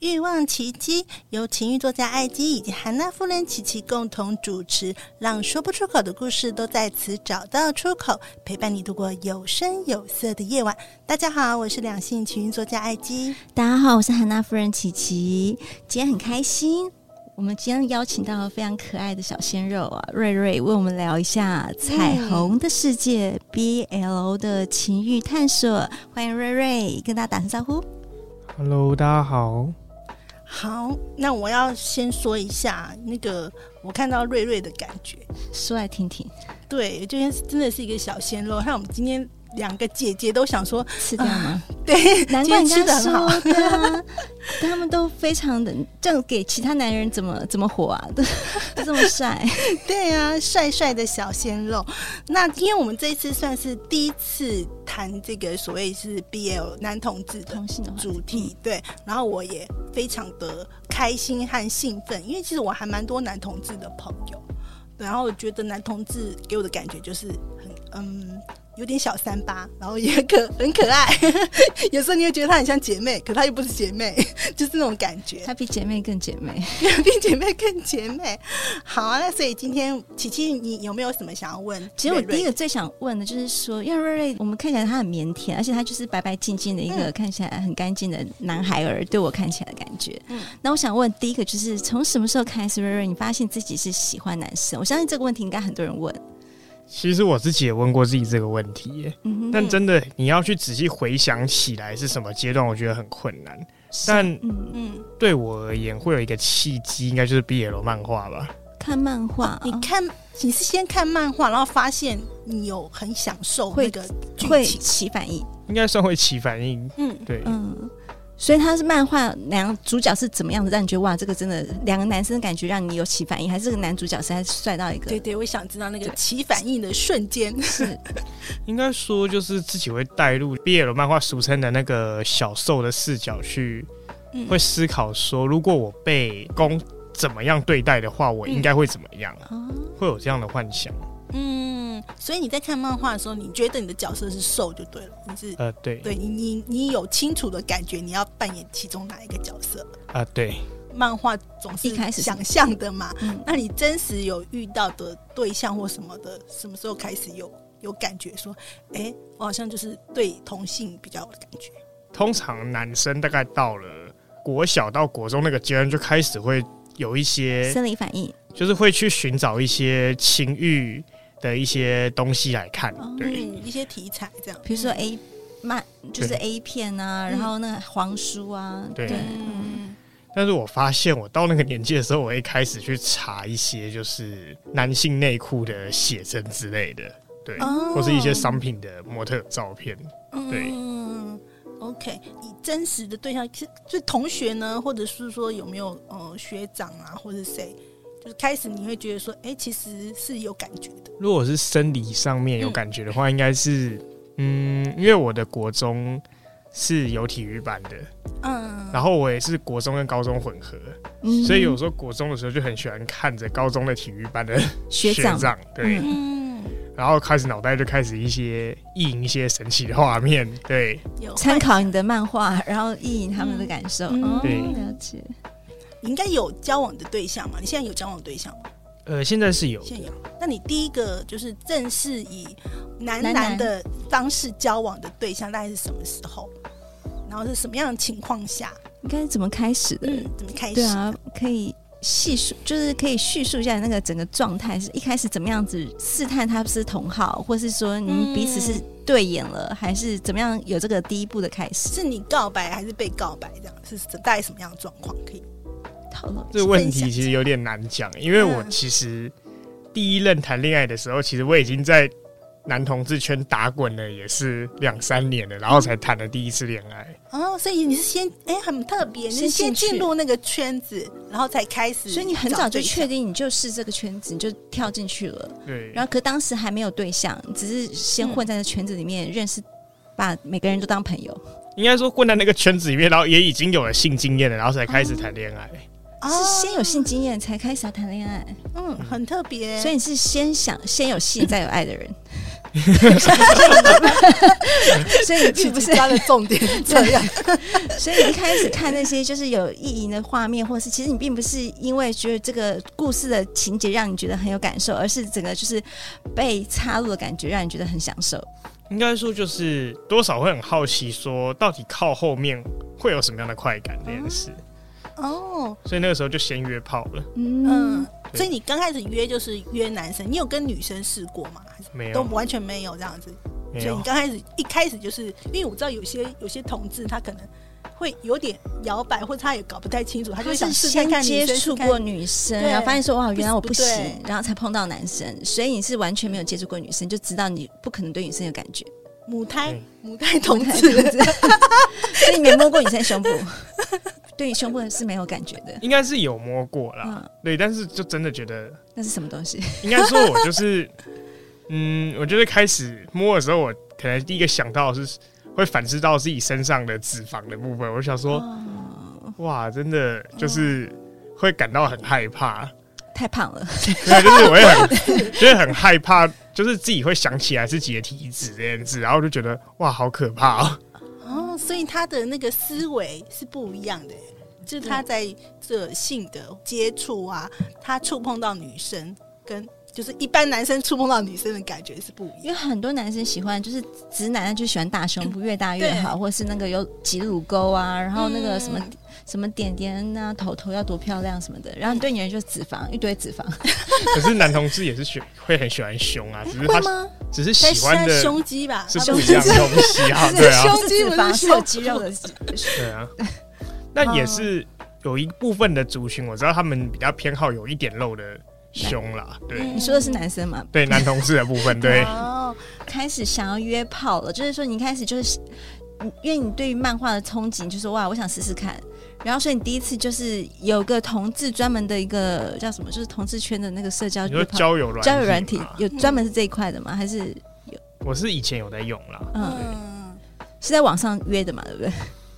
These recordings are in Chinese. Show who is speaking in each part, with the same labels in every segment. Speaker 1: 欲望奇迹由情欲作家艾姬以及韩娜夫人琪琪共同主持，让说不出口的故事都在此找到出口，陪伴你度过有声有色的夜晚。大家好，我是两性情欲作家艾姬。”。
Speaker 2: 大家好，我是韩娜夫人琪琪，今天很开心。我们今天邀请到了非常可爱的小鲜肉啊，瑞瑞为我们聊一下《彩虹的世界》BL 的情欲探索。欢迎瑞瑞，跟大家打声招呼。
Speaker 3: Hello，大家好。
Speaker 1: 好，那我要先说一下那个我看到瑞瑞的感觉，
Speaker 2: 说来听听，
Speaker 1: 对，今天真的是一个小鲜肉。看我们今天两个姐姐都想说，
Speaker 2: 是这样吗？
Speaker 1: 对，
Speaker 2: 啊难怪人
Speaker 1: 今天吃
Speaker 2: 家
Speaker 1: 得很好
Speaker 2: 说，对啊， 他们都非常的这样，给其他男人怎么怎么活啊？都都这么帅，
Speaker 1: 对啊，帅帅的小鲜肉。那因为我们这一次算是第一次谈这个所谓是 BL 男同志的
Speaker 2: 同性的话
Speaker 1: 主题，对，然后我也非常的开心和兴奋，因为其实我还蛮多男同志的朋友，对然后我觉得男同志给我的感觉就是很嗯。有点小三八，然后也可 很可爱，有时候你会觉得她很像姐妹，可她又不是姐妹， 就是那种感觉。
Speaker 2: 他比姐妹更姐妹。
Speaker 1: 比姐妹更姐妹。好啊，那所以今天琪琪，你有没有什么想要问？
Speaker 2: 其实我第一
Speaker 1: 个
Speaker 2: 个最想问的就是说，因为瑞瑞，我们看起来他很腼腆，而且他就是白白净净的一个、
Speaker 1: 嗯
Speaker 2: 看起来很干净的男孩儿，对我看起来的感觉。
Speaker 1: 嗯
Speaker 2: 那我想问，第一个就是从什么时候开始，瑞瑞你发现自己是喜欢男生？我相信这个问题应该很多人问。
Speaker 3: 其实我自己也问过自己这个问题耶，
Speaker 2: 嗯
Speaker 1: 嗯
Speaker 2: 哼，
Speaker 3: 但真的你要去仔细回想起来是什么阶段，我觉得很困难。但
Speaker 2: 嗯，
Speaker 1: 嗯，
Speaker 3: 对我而言，会有一个契机，应该就是 BL 漫画吧。
Speaker 2: 看漫画，哦
Speaker 1: 你看，你是先看漫画，然后发现你有很享受
Speaker 2: 会
Speaker 1: 那个剧
Speaker 2: 会
Speaker 1: 情，
Speaker 2: 起反应，
Speaker 3: 应该算会起反应。
Speaker 1: 嗯，
Speaker 3: 对，
Speaker 2: 嗯。所以他是漫画两主角是怎么样子让你觉得哇，这个真的两个男生的感觉让你有起反应，还是这个男主角实在是帅到一个
Speaker 1: 对对，我想知道那个起反应的瞬间，
Speaker 2: 是
Speaker 3: 应该说就是自己会带入 BL 漫画俗称的那个小受的视角去，
Speaker 1: 嗯
Speaker 3: 会思考说，如果我被攻怎么样对待的话，我应该会怎么样？
Speaker 2: 哦
Speaker 3: 会有这样的幻想。
Speaker 1: 嗯，所以你在看漫画的时候，你觉得你的角色是瘦就对了，你是。
Speaker 3: 呃，对，
Speaker 1: 对你，你你有清楚的感觉，你要扮演其中哪一个角色？
Speaker 3: 啊、对。
Speaker 1: 漫画总是
Speaker 2: 一开始是
Speaker 1: 想象的嘛，
Speaker 2: 嗯
Speaker 1: 那你真实有遇到的对象或什么的，什么时候开始有有感觉说，哎、我好像就是对同性比较有感觉？
Speaker 3: 通常男生大概到了国小到国中那个阶段，就开始会有一些，
Speaker 2: 生理反应，
Speaker 3: 就是会去寻找一些情欲的一些东西来看
Speaker 2: 哦。
Speaker 3: 对，
Speaker 1: 嗯，一些题材这样，
Speaker 2: 比如说 A 漫就是 A 片啊，
Speaker 1: 嗯
Speaker 2: 然后那个黄书啊，
Speaker 3: 对
Speaker 2: 嗯
Speaker 1: 嗯，
Speaker 3: 但是我发现我到那个年纪的时候，我会开始去查一些就是男性内裤的写真之类的，对，
Speaker 1: 哦
Speaker 3: 或是一些商品的模特照片。对
Speaker 1: 嗯 OK，你真实的对象是就同学呢，或者是说有没有呃学长啊，或者谁，就是开始你会觉得说，哎、其实是有感觉的，
Speaker 3: 如果是生理上面有感觉的话，应该是嗯，因为我的国中是有体育班的，
Speaker 1: 嗯，
Speaker 3: 然后我也是国中跟高中混合，
Speaker 2: 嗯
Speaker 3: 所以有时候国中的时候就很喜欢看着高中的体育班的
Speaker 2: 学长
Speaker 3: 对，
Speaker 2: 嗯
Speaker 1: 嗯，
Speaker 3: 然后开始脑袋就开始一些意淫一些神奇的画面，对，
Speaker 1: 有
Speaker 2: 参考你的漫画，然后意淫他们的感受，
Speaker 1: 嗯
Speaker 2: 哦，
Speaker 3: 对
Speaker 2: 了解。
Speaker 1: 你应该有交往的对象嘛？你现在有交往对象吗？
Speaker 3: 呃，现在是有
Speaker 1: 现有。那你第一个就是正式以男
Speaker 2: 男
Speaker 1: 男
Speaker 2: 男
Speaker 1: 的方式交往的对象，大概是什么时候？然后是什么样的情况下？
Speaker 2: 应该是怎么开始的？
Speaker 1: 嗯，怎么开始？
Speaker 2: 对啊，可以细数，就是可以叙述一下那个整个状态，是一开始怎么样子试探他是同好，或是说你们彼此是对眼了，还是怎么样有这个第一步的开始？
Speaker 1: 是你告白还是被告白？这样是怎大概什么样的状况？可以
Speaker 2: 讨论
Speaker 3: 这个问题其实有点难讲，因为我
Speaker 1: 嗯
Speaker 3: 其实第一任谈恋爱的时候，其实我已经在男同志圈打滚了，也是两三年了，然后才谈的第一次恋爱。
Speaker 1: 哦，所以你是先哎、很特别，你
Speaker 2: 是
Speaker 1: 是先
Speaker 2: 兴趣
Speaker 1: 进入那个圈子，然后才开始，
Speaker 2: 所以你很早就确，定你就是这个圈子，你就跳进去了。
Speaker 3: 对，
Speaker 2: 然后可当时还没有对象，只是先混在这圈子里面认识，把每个人都当朋友，
Speaker 3: 应该说混在那个圈子里面，然后也已经有了性经验了，然后才开始谈恋爱。
Speaker 1: 哦、
Speaker 2: 是先有性经验才开始要谈恋爱。
Speaker 1: 嗯，很特别，
Speaker 2: 所以你是先想先有性再有爱的人， 所以你
Speaker 1: 其
Speaker 2: 并不是
Speaker 1: 实，抓的重点是这样，
Speaker 2: 所以你一开始看那些就是有意淫的画面，或是其实你并不是因为觉得这个故事的情节让你觉得很有感受，而是整个就是被插入的感觉让你觉得很享受。
Speaker 3: 应该说就是多少会很好奇，说到底靠后面会有什么样的快感这件事，
Speaker 1: 哦，
Speaker 3: 所以那个时候就先约炮了。
Speaker 1: 嗯
Speaker 2: 嗯，，
Speaker 3: 对
Speaker 1: 所以你刚开始约就是约男生，你有跟女生试过吗？还是
Speaker 3: 没
Speaker 1: 都
Speaker 3: 有，
Speaker 1: 完全没有这样子？
Speaker 3: 没
Speaker 1: 所以你
Speaker 3: 有，
Speaker 1: 刚开始一开始就是因为我知道有些有些同志他可能会有点摇摆，或者他也搞不太清楚，他就
Speaker 2: 他
Speaker 1: 会想
Speaker 2: 是
Speaker 1: 试看
Speaker 2: 先
Speaker 1: 看
Speaker 2: 接
Speaker 1: 女生
Speaker 2: 触
Speaker 1: 试看
Speaker 2: 过女生，
Speaker 1: 对
Speaker 2: 然后发现说哇，
Speaker 1: 不
Speaker 2: 原来我
Speaker 1: 不
Speaker 2: 不行
Speaker 1: 对，
Speaker 2: 然后才碰到男生，所以你是完全没有接触过女生，就知道你不可能对女生有感觉，
Speaker 1: 母胎
Speaker 3: 对
Speaker 1: 母胎同
Speaker 2: 所
Speaker 1: 志，
Speaker 2: 以你没摸过女生的胸部， 对你胸部是没有感觉的。
Speaker 3: 应该是有摸过啦。
Speaker 2: 嗯，
Speaker 3: 对，但是就真的觉得，
Speaker 2: 那是什么东西？
Speaker 3: 应该说我就是， 嗯，我觉得开始摸的时候，我可能第一个想到的是会反思到自己身上的脂肪的部分，我就想说，
Speaker 2: 哦
Speaker 3: 哇，真的就是会感到很害怕。
Speaker 2: 太胖了，
Speaker 3: 对，就是我会很，就是很害怕，就是自己会想起来自己的体脂这件事，然后就觉得哇，好可怕哦。
Speaker 1: 哦，所以他的那个思维是不一样的，就是他在这性的接触啊，他触碰到女生跟就是一般男生触碰到女生的感觉是不一
Speaker 2: 因为
Speaker 1: 样。
Speaker 2: 很多男生喜欢，就是直男啊他就喜欢大胸部，越大越
Speaker 1: 对
Speaker 2: 好，或是那个有挤乳沟啊，然后那个什么、
Speaker 1: 嗯
Speaker 2: 什么点点啊，头头要多漂亮什么的，然后你对女人就是脂肪，一堆脂肪，
Speaker 3: 可是男同志也是喜会很喜欢胸啊，只是他
Speaker 2: 吗？
Speaker 3: 只是
Speaker 1: 在
Speaker 3: 喜欢
Speaker 1: 在
Speaker 3: 的
Speaker 1: 胸肌吧，
Speaker 3: 是
Speaker 1: 啊
Speaker 3: 不一样的东西啊，
Speaker 2: 是
Speaker 3: 对啊，
Speaker 2: 胸肌不
Speaker 1: 不
Speaker 2: 是
Speaker 1: 是
Speaker 2: 是
Speaker 1: 胸
Speaker 2: 有肌肉的，
Speaker 3: 对啊。那也是有一部分的族群，我知道他们比较偏好有一点肉的胸啦，对
Speaker 1: 嗯
Speaker 2: 你说的是男生嘛？
Speaker 3: 对，男同志的部分，对
Speaker 1: 哦，
Speaker 2: 开始想要约炮了，就是说你一开始就是，你因为你对于漫画的憧憬，就说哇，我想试试看。然后所以你第一次就是有个同志专门的一个叫什么，就是同志圈的那个社交
Speaker 3: 你说
Speaker 2: 约炮
Speaker 3: 交友软
Speaker 2: 交友软体
Speaker 3: 嘛，
Speaker 2: 有专门是这一块的吗？还是
Speaker 3: 我是以前有在用啦，
Speaker 2: 嗯，
Speaker 1: 嗯，
Speaker 2: 是在网上约的嘛？ 对不对？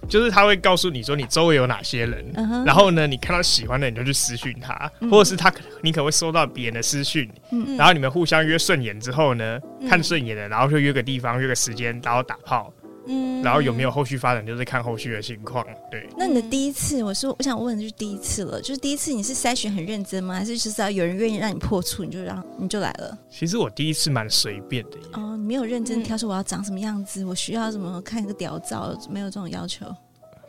Speaker 3: 就是他会告诉你说你周围有哪些人，
Speaker 2: 嗯哼
Speaker 3: 然后呢，你看到喜欢的你就去私讯他，
Speaker 2: 嗯
Speaker 3: 或者是他可你可能会收到别人的私讯，
Speaker 1: 嗯
Speaker 3: 然后你们互相约顺眼之后呢，
Speaker 1: 嗯
Speaker 3: 看顺眼了，然后就约个地方，约个时间，然后打炮，
Speaker 1: 嗯
Speaker 3: 然后有没有后续发展，就是看后续的情况。对，
Speaker 2: 那你的第一次，我说我想问的就是第一次了，就是第一次你是筛选很认真吗？还是就是要有人愿意让你破处，你就让你就来了？
Speaker 3: 其实我第一次蛮随便的耶，
Speaker 2: 哦，你没有认真
Speaker 1: 嗯
Speaker 2: 挑说我要长什么样子，我需要什么，看一个屌照，没有这种要求，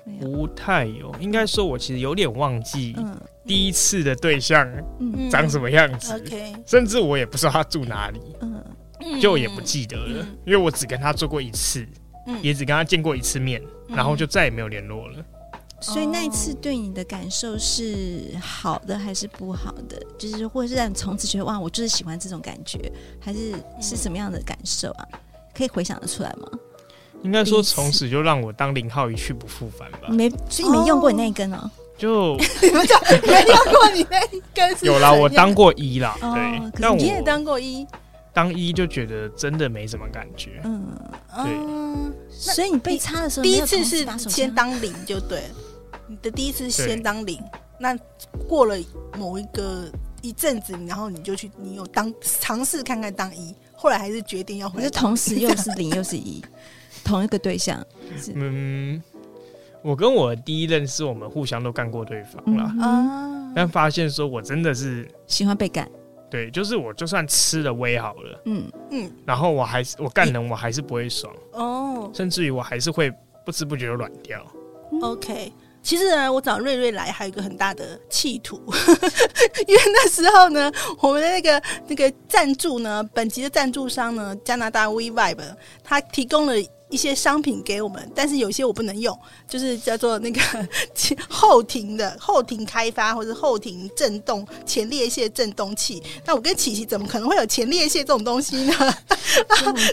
Speaker 2: 没有。
Speaker 3: 不太有，应该说我其实有点忘记
Speaker 2: 嗯
Speaker 3: 第一次的对象
Speaker 2: 嗯
Speaker 3: 长什么样子，
Speaker 1: ？OK，
Speaker 3: 甚至我也不知道他住哪里，
Speaker 2: 嗯，
Speaker 3: 就我也不记得了，
Speaker 1: 嗯
Speaker 3: 因为我只跟他做过一次，
Speaker 1: 嗯
Speaker 3: 也只跟他见过一次面，然后就再也没有联络了。
Speaker 2: 所以那一
Speaker 1: 哦
Speaker 2: 次对你的感受是好的还是不好的？就是或者是让你从此觉得哇，我就是喜欢这种感觉，还是是
Speaker 1: 嗯
Speaker 2: 什么样的感受啊？可以回想得出来吗？
Speaker 3: 应该
Speaker 2: 第
Speaker 3: 说
Speaker 2: 一次
Speaker 3: 从此就让我当零号一去不复返吧
Speaker 2: 你。没，所以你没用过你那一根哦。
Speaker 3: 就
Speaker 1: 嗯你们讲没用过你那一根是
Speaker 3: 有啦，
Speaker 1: 怎
Speaker 3: 我
Speaker 1: 样
Speaker 3: 当过一啦，
Speaker 2: 哦
Speaker 3: 对，
Speaker 2: 可是
Speaker 3: 但
Speaker 1: 你也
Speaker 3: 我
Speaker 1: 当过一，
Speaker 3: 当一就觉得真的没什么感觉，
Speaker 2: 嗯，
Speaker 1: 嗯，
Speaker 2: 所以你被插的时候，
Speaker 1: 第
Speaker 2: 没
Speaker 1: 一
Speaker 2: 有
Speaker 1: 次
Speaker 2: 同时
Speaker 1: 是
Speaker 2: 把手
Speaker 1: 先
Speaker 2: 插
Speaker 1: 当零就对了，你的第一次是先
Speaker 3: 对
Speaker 1: 当零，那过了某一个一阵子，然后你就去，你有当尝试看看当一，后来还是决定要
Speaker 2: 可
Speaker 1: 回来
Speaker 2: 是
Speaker 1: 当。
Speaker 2: 同时又是零又是一，同一个对象。是
Speaker 3: 嗯，我跟我的第一任是我们互相都干过对方啦，
Speaker 2: 嗯，
Speaker 1: 啊，
Speaker 3: 但发现说我真的是
Speaker 2: 喜欢被干，
Speaker 3: 对，就是我就算吃了威好了，
Speaker 2: 嗯，
Speaker 1: 嗯，
Speaker 3: 然后我还是我干人我还是不会爽，
Speaker 1: 哦
Speaker 3: 甚至于我还是会不知不觉就软掉。
Speaker 1: ，OK，其实呢，我找瑞瑞来还有一个很大的企图， 因为那时候呢，我们的那个那个赞助呢，本集的赞助商呢，加拿大 We Vibe，他提供了。一些商品给我们，但是有些我不能用，就是叫做那个 后庭的后庭开发或者后庭震动前列腺震动器。那我跟琪琪怎么可能会有前列腺这种东西呢？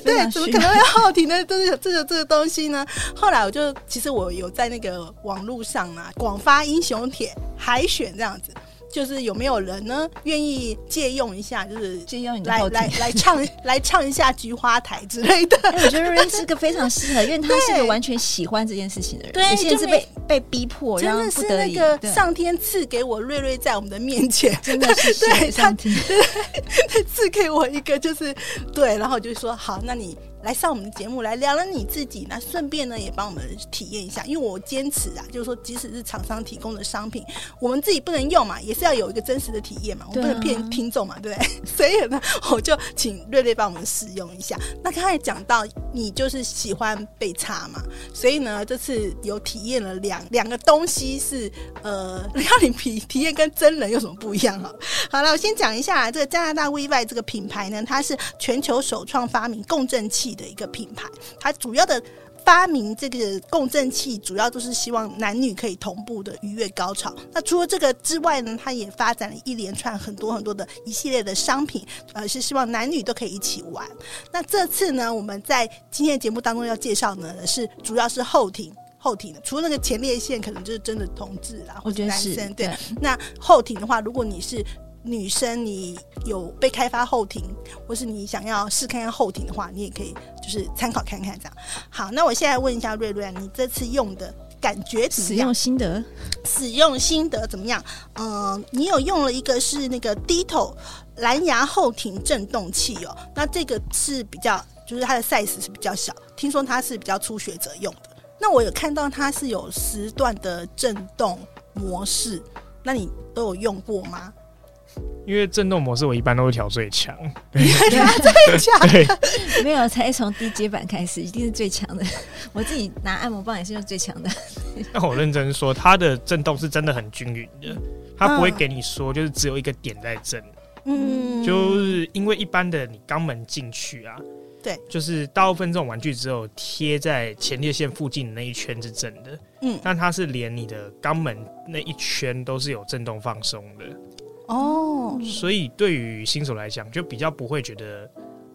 Speaker 1: 对，怎么可能会好奇呢？ 这个这个这个东西呢？后来我就其实我有在那个网络上啊，广发英雄帖海选这样子。就是有没有人呢愿意借用一下，就是
Speaker 2: 借用你的
Speaker 1: 来
Speaker 2: 后庭
Speaker 1: 来来 唱来唱一下《菊花台》之类的。
Speaker 2: 哎，我觉得瑞恩是个非常适合，因为他是个
Speaker 1: 对
Speaker 2: 完全喜欢这件事情的人。
Speaker 1: 对
Speaker 2: 有些人是
Speaker 1: 就
Speaker 2: 被被逼迫，
Speaker 1: 真
Speaker 2: 然
Speaker 1: 的
Speaker 2: 后
Speaker 1: 是
Speaker 2: 不得
Speaker 1: 那
Speaker 2: 已。
Speaker 1: 个
Speaker 2: 对
Speaker 1: 上天赐给我瑞瑞在我们的面 前，
Speaker 2: 真的是
Speaker 1: 对
Speaker 2: 是
Speaker 1: 他
Speaker 2: 上天
Speaker 1: 赐给我一个就是对，然后我就说好，那你来上我们的节目来聊聊你自己，那顺便呢也帮我们体验一下，因为我坚持啊，就是说即使是厂商提供的商品，我们自己不能用嘛，也是要有一个真实的体验嘛，我们不能
Speaker 2: 对啊
Speaker 1: 骗听众嘛，对不对？所以呢，我就请瑞瑞帮我们试用一下。那刚才讲到你就是喜欢被插嘛，所以呢这次有体验了两两个东西是呃， 让你体体验跟真人有什么不一样啊？好了，我先讲一下这个加拿大 v i v 这个品牌呢，它是全球首创发明共振器的一个品牌，它主要的。发明这个共振器，主要就是希望男女可以同步的愉悦高潮。那除了这个之外呢，它也发展了一连串很多很多的一系列的商品，呃，是希望男女都可以一起玩。那这次呢，我们在今天的节目当中要介绍呢，是主要是后庭。后庭的，除了那个前列腺，可能就是真的同志啦，
Speaker 2: 我
Speaker 1: 或者
Speaker 2: 觉得
Speaker 1: 男
Speaker 2: 是
Speaker 1: 生
Speaker 2: 对
Speaker 1: 对。那后庭的话，如果你是女生，你有被开发后庭，或是你想要试看看后庭的话，你也可以就是参考看看这样。好，那我现在问一下瑞瑞啊，你这次用的感觉怎么
Speaker 2: 使
Speaker 1: 样
Speaker 2: 用？心得，
Speaker 1: 使用心得怎么样？呃，你有用了一个是那个 Dito 蓝牙后庭震动器哦，那这个是比较，就是它的 size 是比较小，听说它是比较初学者用的。那我有看到它是有时段的震动模式，那你都有用过吗？
Speaker 3: 因为震动模式我一般都会调最强，
Speaker 1: 对，
Speaker 2: 没有才从低阶版开始，一定是最强的。 我自己拿按摩棒也是用最强的，
Speaker 3: 那我认真说，它的震动是真的很均匀的，它不会给你说就是只有一个点在震，
Speaker 1: 嗯，
Speaker 3: 就是因为一般的你肛门进去啊，
Speaker 1: 对，
Speaker 3: 就是大部分这种玩具只有贴在前列腺附近的那一圈是震的，
Speaker 1: 嗯
Speaker 3: 但它是连你的肛门那一圈都是有震动放松的，
Speaker 1: 哦，
Speaker 3: 所以对于新手来讲就比较不会觉得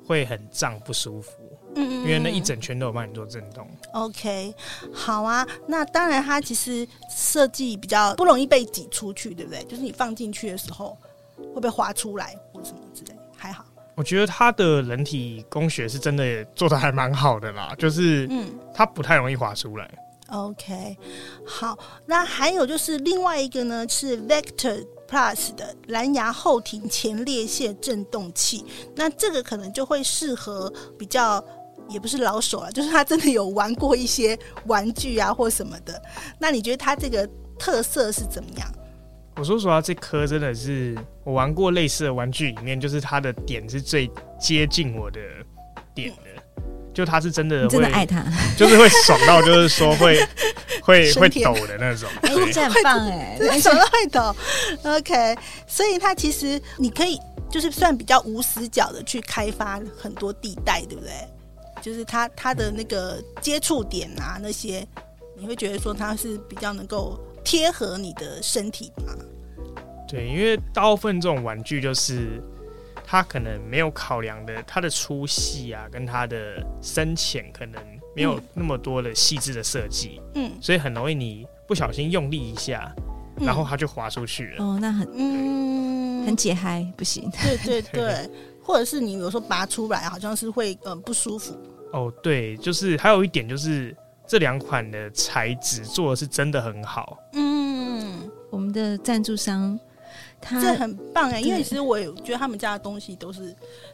Speaker 3: 会很胀不舒服，
Speaker 1: 嗯
Speaker 3: 因为那一整圈都有帮你做震动。
Speaker 1: OK，好啊。那当然，它其实设计比较不容易被挤出去，对不对？就是你放进去的时候会不会滑出来或什么之类，还好。
Speaker 3: 我觉得它的人体工学是真的做的还蛮好的啦，就是
Speaker 1: 嗯
Speaker 3: 它不太容易滑出来。
Speaker 1: ，OK，好。那还有就是另外一个呢是 Vector。Plus 的蓝牙后庭前列腺振动器，那这个可能就会适合比较，也不是老手了，就是他真的有玩过一些玩具啊或什么的。那你觉得它这个特色是怎么样？
Speaker 3: 我说实话，这颗真的是我玩过类似的玩具里面，就是它的点是最接近我的点的，就它是真
Speaker 2: 你
Speaker 3: 的会，
Speaker 2: 真的爱他，
Speaker 3: 就是会爽到，就是说会 会
Speaker 1: 升
Speaker 3: 会
Speaker 1: 天
Speaker 3: 抖的那种。
Speaker 2: 哎，
Speaker 3: 对
Speaker 2: 这很棒 哎，
Speaker 1: 真的手爱抖。OK，所以它其实你可以就是算比较无死角的去开发很多地带，对不对？就是它它的那个接触点啊那些，你会觉得说它是比较能够贴合你的身体嘛？
Speaker 3: 对，因为大部分这种玩具就是它可能没有考量的它的粗细啊，跟它的深浅可能没有
Speaker 2: 嗯
Speaker 3: 那么多的细致的设计，
Speaker 1: 嗯，
Speaker 3: 所以很容易你不小心用力一下，
Speaker 1: 嗯
Speaker 3: 然后它就滑出去了。
Speaker 2: 哦，那很
Speaker 1: 嗯
Speaker 2: 很解嗨，不行，
Speaker 1: 对对 对，或者是你有时候拔出来好像是会嗯、呃不舒服，
Speaker 3: 哦，对，就是还有一点就是这两款的材质做的是真的很好，
Speaker 1: 嗯，
Speaker 2: 我们的赞助商它
Speaker 1: 这很棒哎、因为
Speaker 2: 对
Speaker 1: 其实我也觉得他们家的东西都是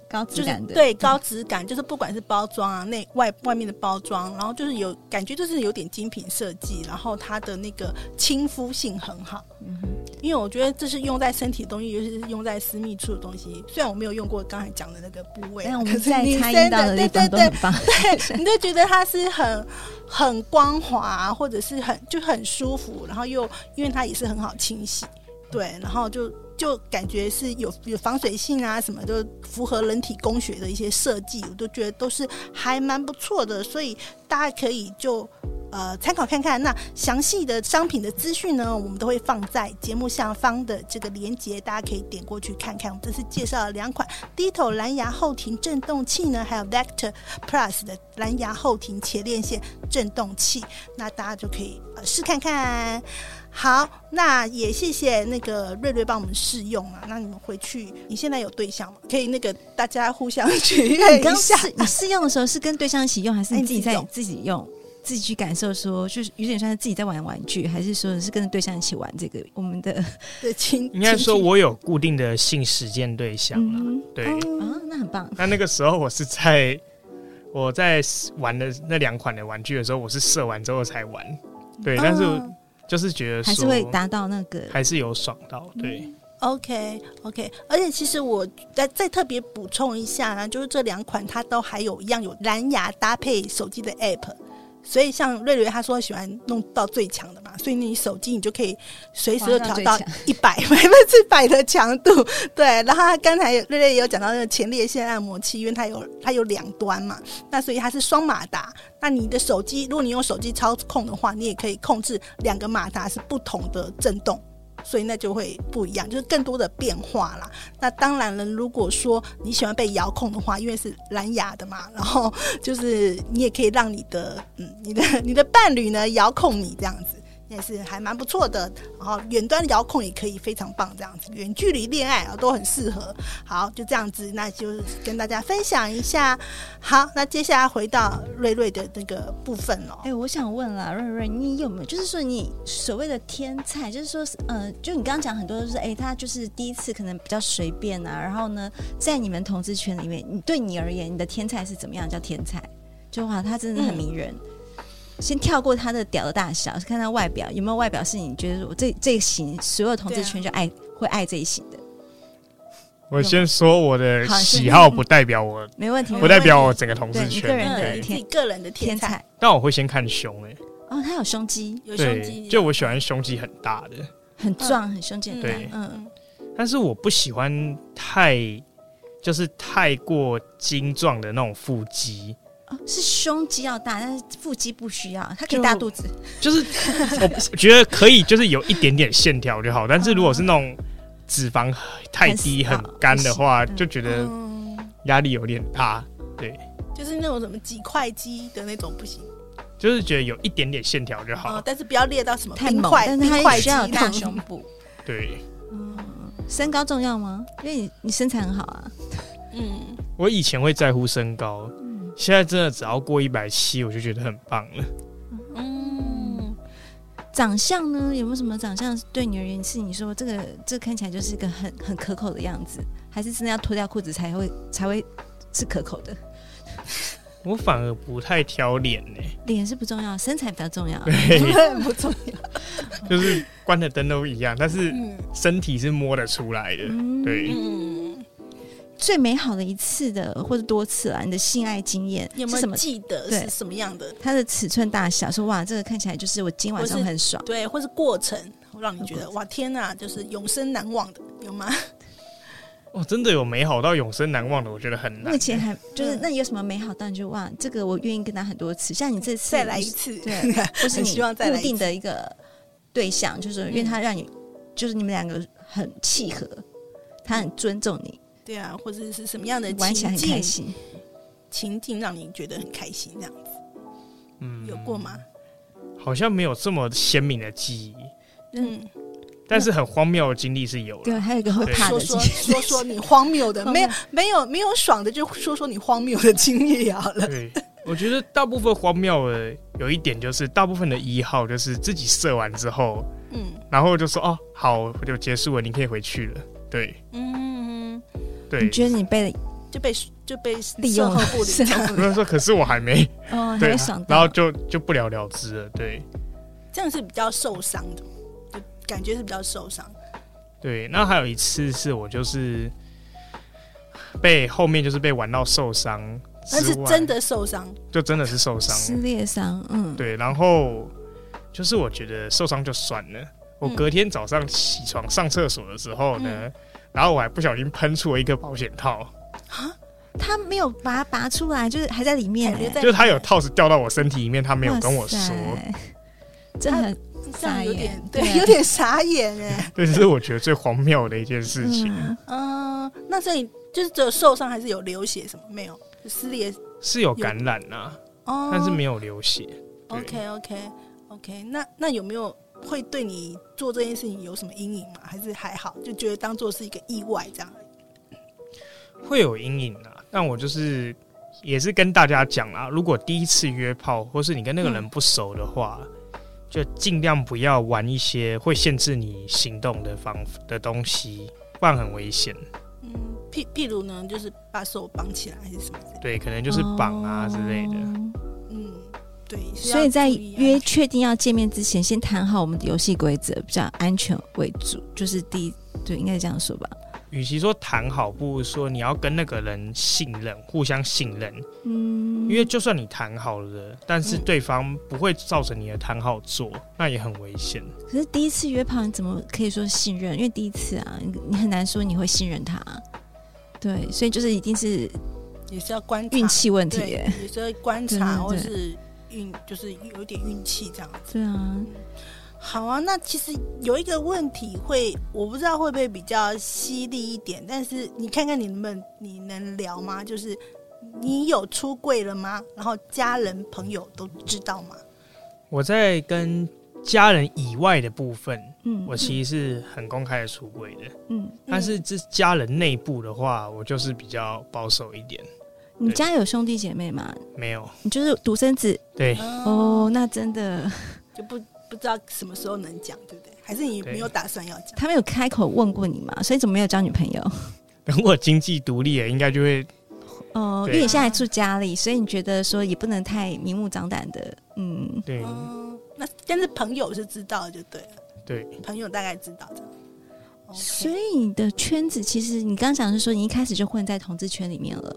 Speaker 2: 高
Speaker 1: 就
Speaker 2: 质
Speaker 1: 是
Speaker 2: 感的，嗯
Speaker 1: 对高质感，就是不管是包装啊，内外外面的包装，然后就是有感觉就是有点精品设计，然后它的那个亲肤性很好。
Speaker 2: 嗯哼
Speaker 1: 因为我觉得这是用在身体的东西，尤其是用在私密处的东西。虽然我没有用过刚才讲的那个部位啊，
Speaker 2: 但我
Speaker 1: 可
Speaker 2: 们
Speaker 1: 是
Speaker 2: 在
Speaker 1: 女
Speaker 2: 差
Speaker 1: 生
Speaker 2: 异到的
Speaker 1: 的对对
Speaker 2: 地方都很
Speaker 1: 对
Speaker 2: 棒，
Speaker 1: 对，你就觉得它是很很光滑，啊或者是很就很舒服，然后又因为它也是很好清洗，对，然后就就感觉是有有防水性啊，什么就符合人体工学的一些设计，我都觉得都是还蛮不错的，所以大家可以就。呃，参考看看。那详细的商品的资讯呢，我们都会放在节目下方的这个链接，大家可以点过去看看。我们这次介绍了两款低头蓝牙后庭振动器呢，还有 Vector Plus 的蓝牙后庭前列腺振动器，那大家就可以呃试看看。好，那也谢谢那个瑞瑞帮我们试用啊。那你们回去，你现在有对象吗？可以那个大家互相 取悦
Speaker 2: 你刚
Speaker 1: 一下。
Speaker 2: 试你试用的时候是跟对象一起用，还是
Speaker 1: 哎
Speaker 2: 你
Speaker 1: 你自己
Speaker 2: 自己在
Speaker 1: 用
Speaker 2: 自己用？自己去感受说就是有点像是自己在玩玩具，还是说是跟着对象一起玩这个？我们的
Speaker 1: 对，请
Speaker 3: 应该说
Speaker 1: 请
Speaker 3: 我有固定的性实践对象了。
Speaker 2: 嗯
Speaker 3: 对，
Speaker 2: 哼
Speaker 1: 哦
Speaker 2: 啊，那很棒，
Speaker 3: 那那个时候我是在我在玩的那两款的玩具的时候，我是射完之后才玩。对，但是
Speaker 1: 嗯
Speaker 3: 就是觉得
Speaker 2: 哦还是
Speaker 3: 说
Speaker 2: 会嗯达到那个
Speaker 3: 还是有爽到。对，
Speaker 1: OK OK，而且其实我再再特别补充一下呢，就是这两款它都还有一样有蓝牙搭配手机的 App，所以像瑞瑞他说喜欢弄到最强的嘛，所以你手机你就可以随时就调
Speaker 2: 滑
Speaker 1: 到
Speaker 2: 到最
Speaker 1: 一百 百分之百的强度。对，然后他刚才有瑞瑞也有讲到那个前列腺按摩器，因为它有它有两端嘛，那所以它是双马达。那你的手机，如果你用手机操控的话，你也可以控制两个马达是不同的震动。所以那就会不一样，就是更多的变化啦。那当然了，如果说你喜欢被遥控的话，因为是蓝牙的嘛，然后就是你也可以让你的嗯你的你的伴侣呢遥控你这样子。也是还蛮不错的，然后远端遥控也可以非常棒，这样子远距离恋爱啊都很适合。好，就这样子，那就是跟大家分享一下。好，那接下来回到瑞瑞的那个部分哦了。
Speaker 2: 哎、我想问啦，瑞瑞，你有没有就是说你所谓的天菜，就是说是，呃，就你刚刚讲很多都是，哎、他就是第一次可能比较随便啊，然后呢，在你们同志圈里面，你对你而言，你的天菜是怎么样叫天菜？就哇，他真的很
Speaker 1: 嗯
Speaker 2: 迷人。先跳过他的屌的大小，看他外表有没有外表是你觉得我这这一型所有同志
Speaker 1: 对啊
Speaker 2: 圈就爱、会爱这一型的，
Speaker 3: 我先说我的
Speaker 2: 好
Speaker 3: 喜好不代表我，
Speaker 2: 没问题，没
Speaker 3: 不代
Speaker 2: 问
Speaker 3: 表
Speaker 2: 题
Speaker 3: 我整个同志
Speaker 2: 对你
Speaker 3: 圈。
Speaker 2: 个人的
Speaker 1: 对，
Speaker 3: 对
Speaker 1: 自己个人的天
Speaker 2: 天
Speaker 1: 才，
Speaker 2: 菜
Speaker 3: 但我会先看胸诶、
Speaker 2: 哦，他有胸肌，
Speaker 1: 有胸
Speaker 3: 对，
Speaker 1: 肌，
Speaker 3: 就我喜欢胸肌很大的，
Speaker 2: 很壮，很胸肌很大
Speaker 3: 对，
Speaker 2: 嗯，
Speaker 3: 但是我不喜欢太就是太过精壮的那种腹肌，
Speaker 2: 哦，是胸肌要大，但是腹肌不需要，它可以
Speaker 3: 就
Speaker 2: 大肚子。
Speaker 3: 就是 我觉得可以，就是有一点点线条就好。但是如果是那种脂肪太低、
Speaker 2: 很
Speaker 3: 很
Speaker 2: 少
Speaker 3: 干的话，
Speaker 2: 不行嗯
Speaker 3: 就觉得
Speaker 1: 嗯，
Speaker 3: 压力有点大。对，
Speaker 1: 就是那种什么几块肌的那种不行，
Speaker 3: 就是觉得有一点点线条就
Speaker 1: 哦
Speaker 3: 好。，
Speaker 1: 但是不要列到什么
Speaker 2: 太
Speaker 1: 冰
Speaker 2: 猛，
Speaker 1: 块
Speaker 2: 但是
Speaker 1: 冰
Speaker 2: 它
Speaker 1: 块
Speaker 2: 也需
Speaker 1: 肌
Speaker 2: 要有
Speaker 1: 那
Speaker 2: 大
Speaker 1: 种
Speaker 2: 胸。部。
Speaker 3: 对
Speaker 2: 身高重要吗？因为你你身材很好啊，
Speaker 1: 嗯，
Speaker 3: 我以前会在乎身高，现在真的只要过一百七，我就觉得很棒了。
Speaker 1: 嗯，
Speaker 2: 长相呢有没有什么长相对你而言是你说这个这看起来就是一个很 很可口的样子，还是真的要脱掉裤子才会才会是可口的？
Speaker 3: 我反而不太挑脸呢、
Speaker 2: 脸是不重要，身材比较重要。啊
Speaker 1: 不重要。
Speaker 3: 就是关的灯都一样，但是
Speaker 1: 嗯
Speaker 3: 身体是摸得出来的。
Speaker 2: 嗯
Speaker 3: 对
Speaker 1: 嗯，
Speaker 2: 最美好的一次的或者多次啊，你的性爱经验
Speaker 1: 有
Speaker 2: 是
Speaker 1: 没
Speaker 2: 什
Speaker 1: 有
Speaker 2: 么？
Speaker 1: 记得
Speaker 2: 对
Speaker 1: 是什么样的？
Speaker 2: 它的尺寸大小说哇，这个看起来就是我今晚上
Speaker 1: 我是
Speaker 2: 很爽。
Speaker 1: 对，或是过程让你觉得哇天哪，就是永生难忘的，有吗？
Speaker 3: 哇，哦真的有美好到永生难忘的，我觉得很难
Speaker 2: 目。前还就是
Speaker 1: 嗯
Speaker 2: 那有什么美好？当然就哇，这个我愿意跟他很多次。像你这次
Speaker 1: 再来一
Speaker 2: 就是，
Speaker 1: 次，
Speaker 2: 对，或是
Speaker 1: 很
Speaker 2: 你
Speaker 1: 希望再
Speaker 2: 固
Speaker 1: 来一
Speaker 2: 定
Speaker 1: 次。
Speaker 2: 的一嗯个对象，就是因为他让你，就是你们两个很契合，他很尊重你，
Speaker 1: 对啊，或者是什么样的
Speaker 2: 玩起来
Speaker 1: 情
Speaker 2: 很开
Speaker 1: 境？
Speaker 2: 心。
Speaker 1: 情境让你觉得很开心，这样子
Speaker 3: 嗯
Speaker 1: 有过？吗？
Speaker 3: 好像没有这么鲜明的记忆，
Speaker 2: 嗯，
Speaker 1: 嗯，
Speaker 3: 但是很荒谬的经历是有
Speaker 2: 对，
Speaker 3: 了。
Speaker 2: 还有一个会怕
Speaker 1: 说
Speaker 2: 的，
Speaker 1: 说说说你荒谬的，没有没有没有爽的，就说说你荒谬的经历好了。
Speaker 3: 对，我觉得大部分荒谬的有一点就是，大部分的一号就是自己射完之后，
Speaker 1: 嗯
Speaker 3: 然后就说哦，好，我就结束了，你可以回去了。对
Speaker 1: 嗯，
Speaker 3: 对
Speaker 2: 你，觉得你被
Speaker 1: 就被就被
Speaker 2: 利用
Speaker 1: 售后部领
Speaker 2: 售
Speaker 1: 这样
Speaker 3: 没有说，可是我还没
Speaker 2: 哦，还
Speaker 3: 对
Speaker 2: 没想，
Speaker 3: 然后
Speaker 2: 到，
Speaker 3: 就就不了了之了。对
Speaker 1: 这样是比较受伤的，就感觉是比较受伤。
Speaker 3: 对，那还有一次是我就是被后面就是被玩到受伤之
Speaker 1: 但
Speaker 3: 外，
Speaker 1: 是真的受伤，
Speaker 3: 就真的是受伤
Speaker 2: 撕裂伤，嗯，
Speaker 3: 对，然后就是我觉得受伤就算了，我
Speaker 1: 嗯
Speaker 3: 隔天早上起床上厕所的时候呢，
Speaker 2: 嗯
Speaker 3: 然后我还不小心喷出了一个保险套，
Speaker 2: 他没有把它拔出来，就是还在里面
Speaker 1: 感觉
Speaker 2: 欸，
Speaker 1: 在
Speaker 3: 就是它有套子掉到我身体里面，他没有
Speaker 2: 哇
Speaker 3: 跟我说，
Speaker 2: 塞，这很
Speaker 1: 这样有点
Speaker 2: 傻眼
Speaker 1: 对，
Speaker 2: 对
Speaker 1: 有点傻眼哎。
Speaker 3: 这是我觉得最荒谬的一件事情。
Speaker 2: 嗯
Speaker 1: 嗯，那所以就是只有受伤，还是有流血什么没有？就撕裂
Speaker 3: 是有感染啊，
Speaker 2: 嗯
Speaker 1: 哦，
Speaker 3: 但是没有流血。对
Speaker 1: OK OK OK，那那有没有会对你做这件事情有什么阴影吗？还是还好，就觉得当做是一个意外这样？
Speaker 3: 会有阴影啊。但我就是也是跟大家讲啦，如果第一次约炮，或是你跟那
Speaker 2: 嗯
Speaker 3: 个人不熟的话，就尽量不要玩一些会限制你行动的方的东西，不然很危险。
Speaker 1: 嗯，譬譬如呢，就是把手绑起来还是什么之类的？
Speaker 3: 对，可能就是绑啊之类的。
Speaker 2: 哦
Speaker 1: 嗯，对，是要
Speaker 2: 所以在
Speaker 1: 注意啊
Speaker 2: 约确定要见面之前，先谈好我们的游戏规则，比较安全为主，就是第一，对，应该这样说吧。
Speaker 3: 与、其说谈好，不如说你要跟那个人信任，互相信任。
Speaker 2: 嗯，
Speaker 3: 因为就算你谈好了，但是对方不会照着你的谈好做，那也很危险。
Speaker 2: 可是第一次约炮，你怎么可以说信任？因为第一次啊，你你很难说你会信任他。对，所以就是一定是
Speaker 1: 也是要观察
Speaker 2: 运气问题
Speaker 1: 对，
Speaker 2: 耶。
Speaker 1: 也是要观察或
Speaker 2: 对对对
Speaker 1: 是运，就是有一点运气这样子。
Speaker 2: 对啊，
Speaker 1: 好啊，那其实有一个问题会，我不知道会不会比较犀利一点，但是你看看你们你能聊吗？就是你有出柜了吗？然后家人朋友都知道吗？
Speaker 3: 我在跟家人以外的部分，
Speaker 2: 嗯，
Speaker 3: 我其实是很公开的出轨的，
Speaker 2: 嗯，
Speaker 3: 但是这家人内部的话，我就是比较保守一点，
Speaker 2: 你家有兄弟姐妹吗？
Speaker 3: 没有
Speaker 2: 你就是独生子
Speaker 3: 对，
Speaker 2: 哦，那真的
Speaker 1: 就不不知道什么时候能讲，对不对？还是你
Speaker 3: 对
Speaker 1: 没有打算要讲？
Speaker 2: 他们有开口问过你吗？所以怎么没有交女朋
Speaker 3: 啊
Speaker 2: 友？
Speaker 3: 等我经济独立了，应该就会
Speaker 2: 哦，因
Speaker 3: 对
Speaker 2: 为你现在住家里，所以你觉得说也不能太明目张胆的，嗯，
Speaker 3: 对、
Speaker 1: 嗯，那但是朋友是知道就对了，
Speaker 3: 对，
Speaker 1: 朋友大概知道这样。OK
Speaker 2: 所以你的圈子其实你刚刚讲是说你一开始就混在同志圈里面了，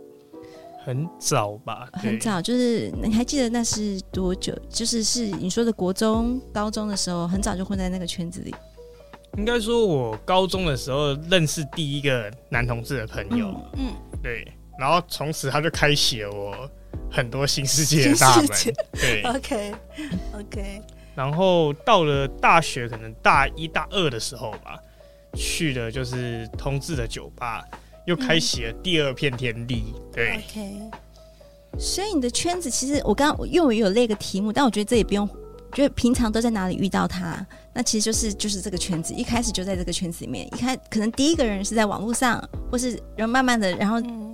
Speaker 3: 很早吧，对
Speaker 2: 哦很，早，就是你还记得那是多久？就是是你说的国中、高中的时候，很早就混在那个圈子里。
Speaker 3: 应该说我高中的时候认识第一个男同志的朋友，
Speaker 2: 嗯
Speaker 1: 嗯，
Speaker 3: 对，然后从此他就开启了我很多新世界的大门
Speaker 1: 新世界，
Speaker 3: 对，
Speaker 1: OK OK，
Speaker 3: 然后到了大学，可能大一大二的时候吧，去的就是同志的酒吧，又开启了第二片天地。对，
Speaker 1: OK，
Speaker 2: 所以你的圈子其实我刚因为我有列个题目，但我觉得这也不用，觉得平常都在哪里遇到他，那其实就是就是这个圈子，一开始就在这个圈子里面，一开可能第一个人是在网络上，或是然后慢慢的，然后
Speaker 1: 嗯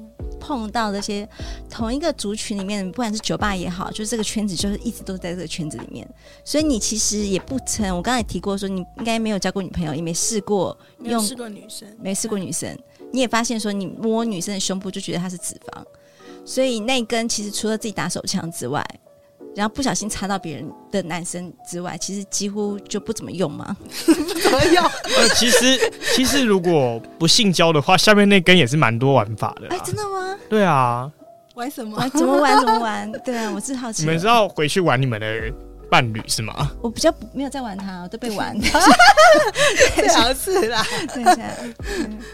Speaker 2: 碰到这些同一个族群里面，不管是酒吧也好，就是这个圈子，就是一直都在这个圈子里面。所以你其实也不曾，我刚才提过说，你应该没有交过女朋友，也没试过，
Speaker 1: 没有
Speaker 2: 用
Speaker 1: 试过女生，
Speaker 2: 没试过女生，你也发现说，你摸女生的胸部就觉得她是脂肪，所以那一根其实除了自己打手枪之外，然后不小心插到别人的男生之外，其实几乎就不怎么用嘛。
Speaker 1: 怎么样？
Speaker 3: 呃，其实其实如果不性交的话，下面那根也是蛮多玩法的
Speaker 2: 哎、
Speaker 3: 啦。
Speaker 2: 真的吗？
Speaker 3: 对啊，
Speaker 1: 玩什么？
Speaker 2: 玩哎怎么玩怎么玩？对啊，我是好奇
Speaker 3: 你
Speaker 2: 的。
Speaker 3: 们是要回去玩你们的伴侣是吗？
Speaker 2: 我比较不没有在玩它，我都被 玩。
Speaker 1: 最好是啦。
Speaker 2: 对一下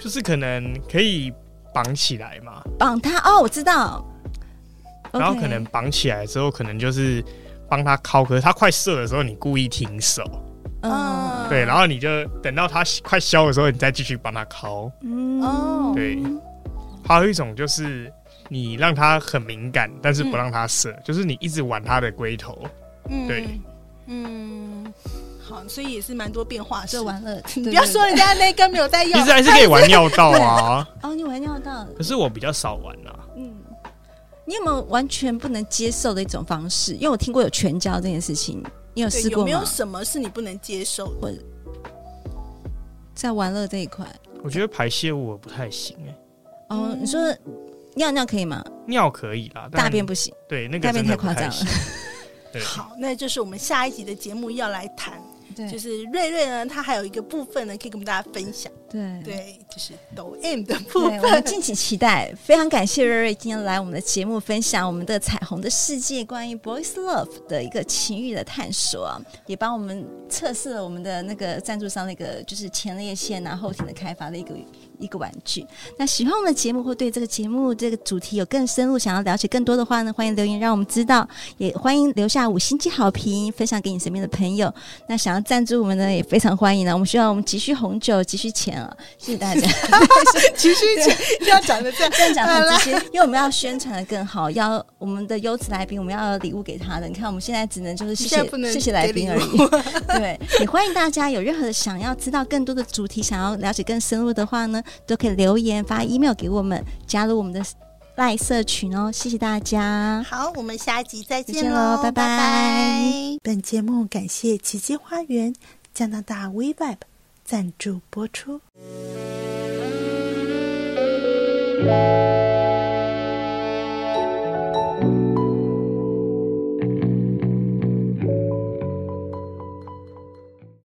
Speaker 3: 就是可能可以绑起来嘛，
Speaker 2: 绑他哦，我知道。
Speaker 3: 然后可能
Speaker 2: OK
Speaker 3: 绑起来之后，可能就是帮他敲，可是他快射的时候，你故意停手，
Speaker 1: 哦
Speaker 2: 嗯
Speaker 3: 对，然后你就等到他快消的时候，你再继续帮他敲。
Speaker 2: 嗯
Speaker 1: 哦
Speaker 3: 对，还有一种就是你让他很敏感，但
Speaker 2: 嗯
Speaker 3: 是不让他射，就是你一直玩他的龟头。
Speaker 1: 嗯
Speaker 3: 对，
Speaker 1: 嗯，好，所以也是蛮多变化式
Speaker 2: 这
Speaker 1: 的。
Speaker 2: 玩了，
Speaker 1: 你不
Speaker 2: 对
Speaker 1: 要
Speaker 2: 对
Speaker 1: 说人家那根没有在
Speaker 3: 其
Speaker 1: 用
Speaker 3: 实，还是可以玩尿道啊，
Speaker 2: 哦，你玩尿道，
Speaker 3: 可是我比较少玩啊。
Speaker 2: 嗯，你有没有完全不能接受的一种方式？因为我听过有全交这件事情，你有
Speaker 1: 对
Speaker 2: 试
Speaker 1: 有
Speaker 2: 过
Speaker 1: 没
Speaker 2: 吗
Speaker 1: 有？什么是你不能接受的？
Speaker 2: 在玩乐这一块。
Speaker 3: 我觉得排泄物我不太行哎、
Speaker 2: 哦，你说
Speaker 1: 嗯
Speaker 2: 尿尿可以吗？
Speaker 3: 尿可以啦，但
Speaker 2: 大便不行，
Speaker 3: 对那
Speaker 2: 大
Speaker 3: 个
Speaker 2: 便
Speaker 3: 真
Speaker 2: 太
Speaker 3: 的不
Speaker 2: 夸张
Speaker 3: 太
Speaker 2: 了
Speaker 3: 行。。对
Speaker 1: 好，那就是我们下一集的节目要来谈，就
Speaker 2: 对
Speaker 1: 是瑞瑞呢，他还有一个部分呢，可以跟大家分享，
Speaker 2: 对。
Speaker 1: 对，就是抖 M 的部
Speaker 2: 嗯对，我们
Speaker 1: 分。
Speaker 2: 敬请期待。非常感谢瑞瑞今天来我们的节目，分享我们的《彩虹的世界》关于 boys love 的一个情欲的探索啊，也帮我们测试了我们的那个赞助商那个就是前列腺啊后庭的开发的一个一个玩具。那喜欢我们的节目或对这个节目这个主题有更深入想要了解更多的话呢，欢迎留言让我们知道，也欢迎留下五星级好评，分享给你身边的朋友。那想要赞助我们呢，也非常欢迎呢。我们需要我们急需红酒，急需钱啊，谢谢大家。
Speaker 1: 其实 一定要讲的这样，
Speaker 2: 这样讲很直接，因为我们要宣传的更好，要我们的优质来宾，我们要有礼物给他的。你看，我们现在只能就是谢
Speaker 1: 现在不
Speaker 2: 谢
Speaker 1: 能
Speaker 2: 谢谢来宾
Speaker 1: 给
Speaker 2: 而
Speaker 1: 礼
Speaker 2: 已。 对，也欢迎大家有任何的想要知道更多的主题，想要了解更深入的话呢，都可以留言发 email 给我们，加入我们的赖社群哦。谢谢大家，
Speaker 1: 好，我们下一集再
Speaker 2: 再见
Speaker 1: 见
Speaker 2: 喽
Speaker 1: 喽，
Speaker 2: 拜拜
Speaker 1: 拜
Speaker 4: 本节目感谢奇迹花园加拿大 v b 赞助播出。